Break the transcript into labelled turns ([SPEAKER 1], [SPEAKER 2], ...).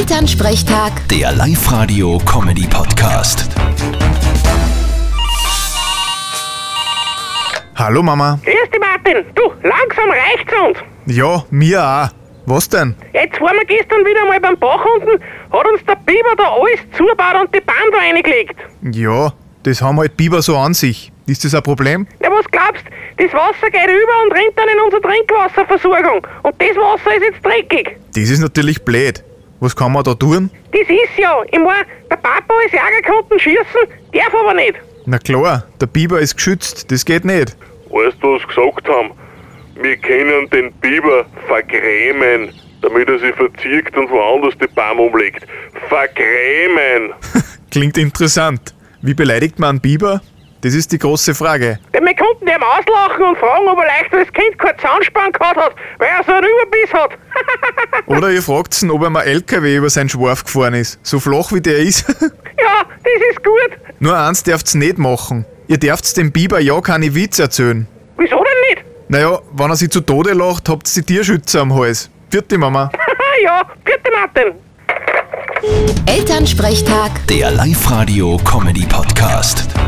[SPEAKER 1] Elternsprechtag,
[SPEAKER 2] Der Live-Radio-Comedy-Podcast.
[SPEAKER 3] Hallo Mama.
[SPEAKER 4] Grüß dich, Martin. Du, langsam reicht's uns.
[SPEAKER 3] Ja, mir auch. Was denn?
[SPEAKER 4] Jetzt waren wir gestern wieder mal beim Bach unten, hat uns der Biber da alles zugebaut und die Band reingelegt.
[SPEAKER 3] Ja, das haben halt Biber so an sich. Ist das ein Problem?
[SPEAKER 4] Ja, was glaubst, das Wasser geht über und rinnt dann in unsere Trinkwasserversorgung. Und das Wasser ist jetzt dreckig.
[SPEAKER 3] Das ist natürlich blöd. Was kann man da tun?
[SPEAKER 4] Das ist ja, ich mein, der Papa ist Jägerkunden schießen, darf aber nicht.
[SPEAKER 3] Na klar, der Biber ist geschützt, das geht nicht.
[SPEAKER 5] Weißt du, was sie gesagt haben? Wir können den Biber vergrämen, damit er sich verzieht und woanders die Baum umlegt. Vergrämen!
[SPEAKER 3] Klingt interessant. Wie beleidigt man einen Biber? Das ist die große Frage.
[SPEAKER 4] Denn wir konnten dem auslachen und fragen, ob er leicht als Kind keinen Zahnspann gehabt hat, weil er so einen Überbiss hat.
[SPEAKER 3] Oder ihr fragt ihn, ob ihm ein LKW über seinen Schwarf gefahren ist. So flach wie der ist.
[SPEAKER 4] ja, das ist gut.
[SPEAKER 3] Nur eins dürft's nicht machen. Ihr dürft's dem Biber ja keine Witze erzählen.
[SPEAKER 4] Wieso denn nicht?
[SPEAKER 3] Naja, wenn er sie zu Tode lacht, habt's die Tierschützer am Hals. Vierte Mama.
[SPEAKER 4] ja, bitte Martin.
[SPEAKER 1] Elternsprechtag.
[SPEAKER 2] Der Live-Radio-Comedy-Podcast.